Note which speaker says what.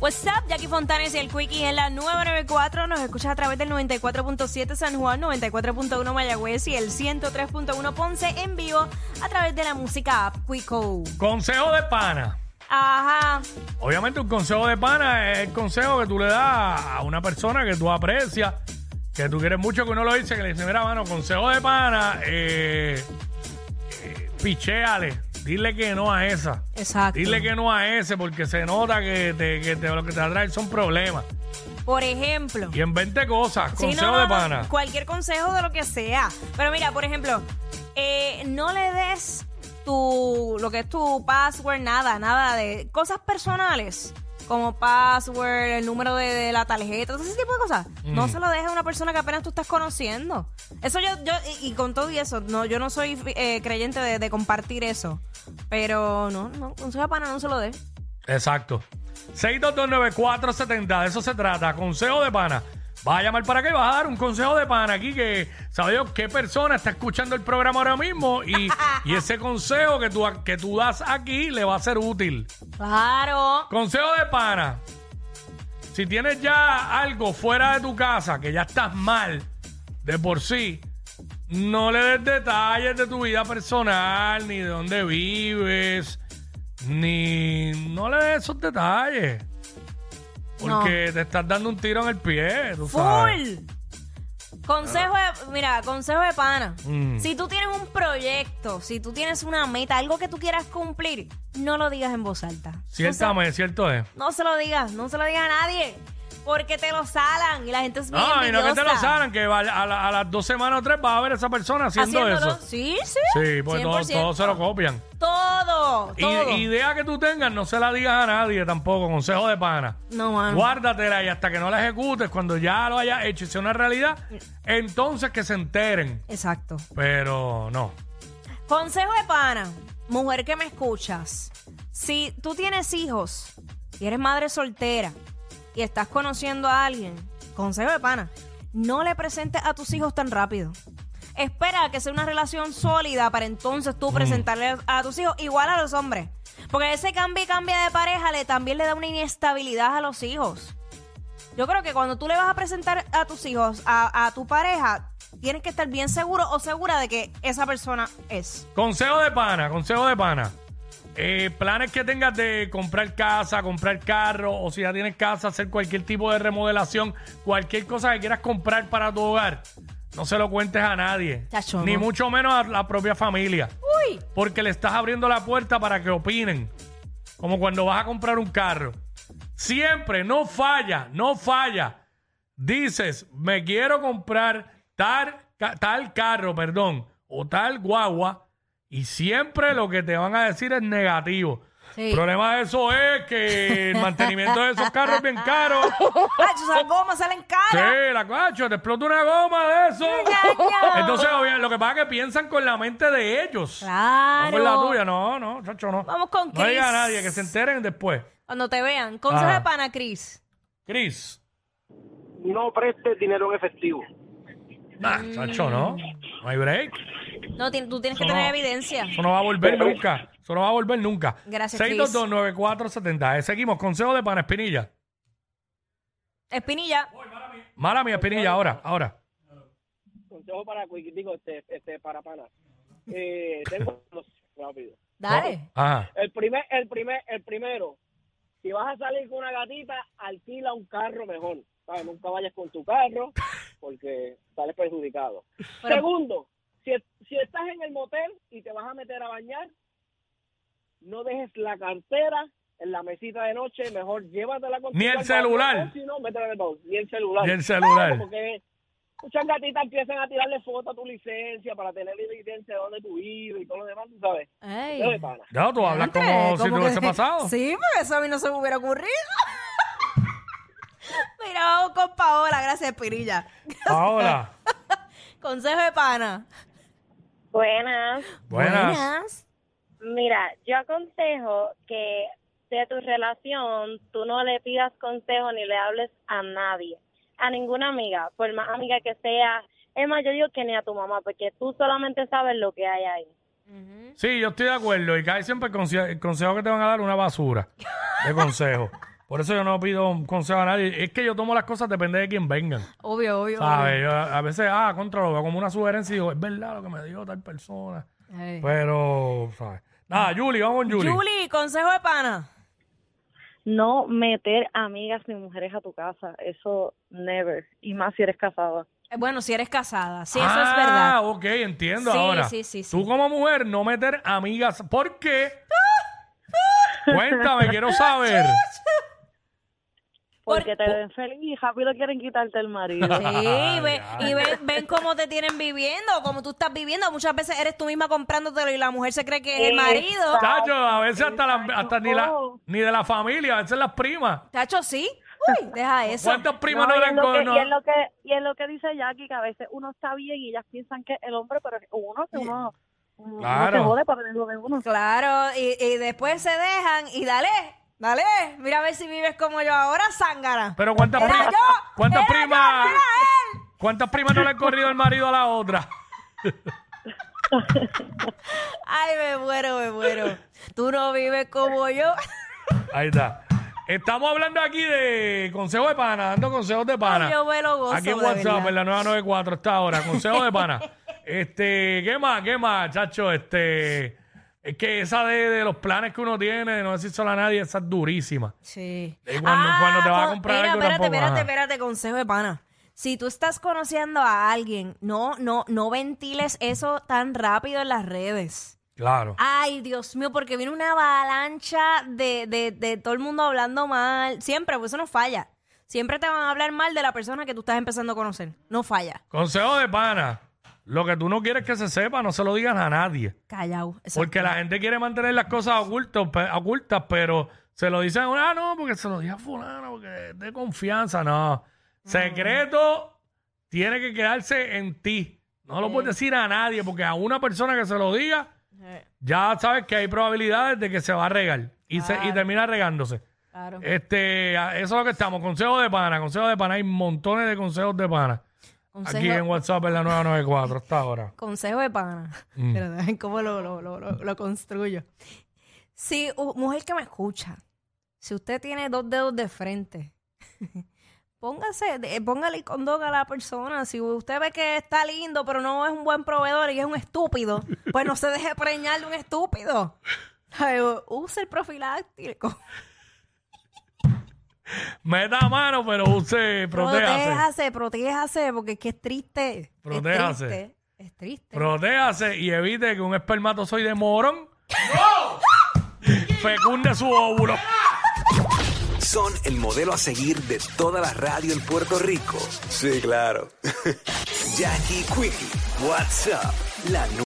Speaker 1: What's up, Jackie Fontanes y el Quickie en la 994. Nos escuchas a través del 94.7 San Juan, 94.1 Mayagüez y el 103.1 Ponce en vivo a través de la música app Quico.
Speaker 2: Consejo de pana.
Speaker 1: Ajá.
Speaker 2: Obviamente un consejo de pana es el consejo que tú le das a una persona que tú aprecias, que tú quieres mucho, que uno lo dice, que le dice, mira, mano, consejo de pana, eh, eh, pichéale, dile que no a esa.
Speaker 1: Exacto.
Speaker 2: Dile que no a ese porque se nota que, te, que te- lo que te va a traer son problemas.
Speaker 1: Por ejemplo.
Speaker 2: Y invente cosas,
Speaker 1: Sí, no,
Speaker 2: consejo
Speaker 1: no,
Speaker 2: de
Speaker 1: no,
Speaker 2: pana.
Speaker 1: cualquier consejo de lo que sea. Pero mira, por ejemplo, eh, no le des tu lo que es tu password, nada, nada de cosas personales. Como password, el número de, de la tarjeta, todo ese tipo de cosas. No se lo dejes a una persona que apenas tú estás conociendo. Eso yo, yo y, y con todo y eso, no, yo no soy eh, creyente de, de compartir eso. Pero no, no, consejo de pana no se lo des.
Speaker 2: Exacto. 6229470, de eso se trata. Consejo de pana. Va a llamar para que vas a dar un consejo de pana aquí que sabe Dios qué persona está escuchando el programa ahora mismo y, y ese consejo que tú, que tú das aquí le va a ser útil.
Speaker 1: Claro.
Speaker 2: Consejo de pana. Si tienes ya algo fuera de tu casa que ya estás mal de por sí, no le des detalles de tu vida personal, ni de dónde vives, ni no le des esos detalles. Porque te estás dando un tiro en el pie, tú sabes.
Speaker 1: Full. Consejo de, mira, consejo de pana.
Speaker 2: Mm.
Speaker 1: Si tú tienes un proyecto, si tú tienes una meta, algo que tú quieras cumplir, no lo digas en voz alta.
Speaker 2: Ciertamente, cierto es.
Speaker 1: No se- No se lo digas, no se lo digas a nadie, porque te lo salan y la gente es bien
Speaker 2: No, Ah, y no que te lo
Speaker 1: envidiosa.
Speaker 2: saben, que va- a, la- a las dos semanas o tres va a haber esa persona haciendo
Speaker 1: Haciéndolo.
Speaker 2: eso.
Speaker 1: Sí, sí.
Speaker 2: Sí, pues todos
Speaker 1: 100%.
Speaker 2: todos se lo copian.
Speaker 1: Todo,
Speaker 2: Y-
Speaker 1: todo.
Speaker 2: idea que tú tengas, no se la digas a nadie tampoco, consejo de pana.
Speaker 1: No, mano.
Speaker 2: Guárdatela y hasta que no la ejecutes, cuando ya lo hayas hecho y sea una realidad, entonces que se enteren.
Speaker 1: Exacto.
Speaker 2: Pero no.
Speaker 1: Consejo de pana, mujer que me escuchas. Si tú tienes hijos y eres madre soltera y estás conociendo a alguien, consejo de pana, no le presentes a tus hijos tan rápido. Espera a que sea una relación sólida para entonces
Speaker 2: Mm.
Speaker 1: tú presentarle a tus hijos igual a los hombres. Porque ese cambio y cambia de pareja le, también le da una inestabilidad a los hijos. Yo creo que cuando tú le vas a presentar a tus hijos, a, a tu pareja, tienes que estar bien seguro o segura de que esa persona es.
Speaker 2: Consejo de pana, consejo de pana. Eh, planes que tengas de comprar casa, comprar carro, o si ya tienes casa, hacer cualquier tipo de remodelación, cualquier cosa que quieras comprar para tu hogar, no se lo cuentes a nadie.
Speaker 1: Chacho,
Speaker 2: ni
Speaker 1: no.
Speaker 2: mucho menos a la propia familia.
Speaker 1: Uy.
Speaker 2: porque le estás abriendo la puerta para que opinen. Como cuando vas a comprar un carro. Siempre, no falla, no falla. Dices, me quiero comprar tal, ca- tal carro, perdón, o tal guagua, y siempre lo que te van a decir es negativo.
Speaker 1: Sí.
Speaker 2: El problema de eso es que el mantenimiento de esos carros es bien caro.
Speaker 1: Ah, esas gomas salen
Speaker 2: Sí,
Speaker 1: caras.
Speaker 2: la cacho, te explota una goma de eso.
Speaker 1: Ñaño.
Speaker 2: Entonces, obvio, lo que pasa es que piensan con la mente de ellos. No
Speaker 1: Claro.
Speaker 2: con la tuya, no, no, chacho, no.
Speaker 1: Vamos con
Speaker 2: No diga a
Speaker 1: Chris.
Speaker 2: nadie, que se enteren después.
Speaker 1: Cuando te vean. Consejo
Speaker 2: Ajá.
Speaker 1: de pana, Cris.
Speaker 2: Chris.
Speaker 3: no prestes dinero en efectivo.
Speaker 2: Nah, chacho, no. No hay break.
Speaker 1: No, ti- tú tienes que
Speaker 2: No.
Speaker 1: tener evidencia.
Speaker 2: Eso no va a volver nunca. Eso no va a volver nunca.
Speaker 1: Gracias, Chris.
Speaker 2: 6229470. Eh, Seguimos. Consejo de pana, Espinilla.
Speaker 1: Espinilla.
Speaker 2: Mala mía, Espinilla, ahora, ahora.
Speaker 3: Consejo para Quick, digo, este, este, para pana. Eh, tengo dos rápido.
Speaker 1: Dale.
Speaker 2: Ajá.
Speaker 3: El primer, el primer, el primero, si vas a salir con una gatita, alquila un carro mejor. ¿sabes? Nunca vayas con tu carro porque sales perjudicado.
Speaker 1: Pero-
Speaker 3: Segundo, si, si estás en el motel y te vas a meter a bañar, no dejes la cartera en la mesita de noche, mejor llévatela con
Speaker 2: Ni
Speaker 3: tu
Speaker 2: el
Speaker 3: carro,
Speaker 2: celular.
Speaker 3: o si no, métela en el baúl. Ni el celular.
Speaker 2: Ni el celular.
Speaker 3: Porque muchas gatitas empiezan a tirarle fotos a tu licencia para tener evidencia de dónde tú vives y todo lo demás, tú sabes.
Speaker 1: Ey.
Speaker 3: Yo de pana.
Speaker 2: Ya, tú hablas
Speaker 1: Entre,
Speaker 2: como si
Speaker 1: como
Speaker 2: te
Speaker 1: que-
Speaker 2: hubiese pasado.
Speaker 1: Sí, porque eso a mí no se me hubiera ocurrido. Mira, vamos con Paola. Gracias, Espinilla.
Speaker 2: Ahora.
Speaker 1: Consejo de pana.
Speaker 4: Buenas.
Speaker 2: Buenas.
Speaker 4: Mira, yo aconsejo que de tu relación tú no le pidas consejo ni le hables a nadie, a ninguna amiga, por más amiga que sea. Es más, yo digo que ni a tu mamá, porque tú solamente sabes lo que hay ahí.
Speaker 2: Sí, yo estoy de acuerdo. Y cae siempre el conse- el consejo que te van a dar una basura de consejo. Por eso yo no pido un consejo a nadie. Es que yo tomo las cosas depende de quién vengan.
Speaker 1: Obvio, obvio.
Speaker 2: ¿Sabes? Yo a a veces, ah, contra lo veo como una sugerencia y digo, es verdad lo que me dijo tal persona.
Speaker 1: obvio. Ey.
Speaker 2: Pues, Pero, ¿sabes? Nada, Julie, vamos con Julie.
Speaker 1: Mm. Julie, consejo de pana.
Speaker 4: No meter amigas ni mujeres a tu casa, eso never, y más si eres casada.
Speaker 1: Eh, Bueno, si eres casada, sí, eso
Speaker 2: ah,
Speaker 1: es verdad.
Speaker 2: ok, entiendo
Speaker 1: Sí,
Speaker 2: ahora.
Speaker 1: sí, sí, sí.
Speaker 2: Tú como mujer no meter amigas. ¿Por qué? Cuéntame, quiero saber.
Speaker 1: Por-
Speaker 4: Porque te
Speaker 1: por-
Speaker 4: ven feliz y rápido quieren quitarte el marido.
Speaker 1: Sí, ve-
Speaker 2: Ay,
Speaker 1: y ven, ven cómo te tienen viviendo, cómo tú estás viviendo. Muchas veces eres tú misma comprándotelo y la mujer se cree que es el marido.
Speaker 2: Chacho, a veces hasta, la- hasta ni, la, ni de la familia, a veces las primas.
Speaker 1: Tacho, sí. Uy, deja eso.
Speaker 2: ¿Cuántas primas no,
Speaker 4: y, es
Speaker 2: eran
Speaker 4: lo que,
Speaker 2: con
Speaker 4: y, es lo que, y es lo que dice Jackie, que a veces uno está bien y ellas piensan que el hombre, pero uno que uno, uno
Speaker 2: Claro.
Speaker 4: se jode para tener lo de uno.
Speaker 1: Claro, y, y después se dejan y dale, dale. Mira a ver si vives como yo ahora, zángara.
Speaker 2: Pero cuántas
Speaker 1: Era
Speaker 2: primas.
Speaker 1: yo,
Speaker 2: ¿Cuántas
Speaker 1: era yo,
Speaker 2: primas?
Speaker 1: era él.
Speaker 2: ¿Cuántas primas no le han corrido el marido a la otra?
Speaker 1: Ay, me muero, me muero. Tú no vives como yo.
Speaker 2: Ahí está. Estamos hablando aquí de consejos de pana, dando consejos de pana.
Speaker 1: Ay, yo me lo gozo,
Speaker 2: aquí en
Speaker 1: de
Speaker 2: WhatsApp,
Speaker 1: verdad.
Speaker 2: en la 994 está ahora, consejos de pana. Este, ¿qué más? ¿Qué más, chacho? Este, es que esa de, de los planes que uno tiene, de no decírselo a nadie, esa es durísima.
Speaker 1: Sí. Ah,
Speaker 2: Y cuando- cuando te vas a comprar
Speaker 1: mira,
Speaker 2: algo
Speaker 1: espérate,
Speaker 2: tampoco,
Speaker 1: espérate,
Speaker 2: ajá.
Speaker 1: espérate, consejo de pana. Si tú estás conociendo a alguien, no, no, no ventiles eso tan rápido en las redes.
Speaker 2: Claro.
Speaker 1: Ay, Dios mío, porque viene una avalancha de, de, de todo el mundo hablando mal. Siempre, pues eso no falla. Siempre te van a hablar mal de la persona que tú estás empezando a conocer. No falla.
Speaker 2: Consejo de pana. Lo que tú no quieres que se sepa, no se lo digas a nadie.
Speaker 1: Callao. Exacto.
Speaker 2: Porque la gente quiere mantener las cosas ocultas, pe- ocultas pero se lo dicen, ah, no, porque se lo dije a fulano, porque es de confianza, no. Secreto tiene que quedarse en ti. No lo puedes decir a nadie, porque a una persona que se lo diga,
Speaker 1: Eh,
Speaker 2: ya sabes que hay probabilidades de que se va a regar y, se, y termina regándose.
Speaker 1: claro.
Speaker 2: Este, a- eso es lo que estamos. Consejo de pana, consejo de pana. Hay montones de consejos de pana.
Speaker 1: Consejo,
Speaker 2: Aquí en WhatsApp en la 994 hasta ahora.
Speaker 1: consejo de pana.
Speaker 2: Mm.
Speaker 1: Pero dejen cómo lo, lo, lo, lo- lo construyo. Si, u- mujer que me escucha, si usted tiene dos dedos de frente, póngase, de- póngale con dos a la persona. Si usted ve que está lindo, pero no es un buen proveedor y es un estúpido, pues no se deje preñar de un estúpido. Ay, u- Use el profiláctico.
Speaker 2: Meta mano, pero use, protéjase.
Speaker 1: Protéjase, protéjase, porque es que es triste. Es
Speaker 2: Protéjase.
Speaker 1: triste, Es triste.
Speaker 2: Protéjase y evite que un espermatozoide morón fecunde su óvulo.
Speaker 5: Son el modelo a seguir de toda la radio en Puerto Rico. Sí, claro. Jackie Quickie, WhatsApp, la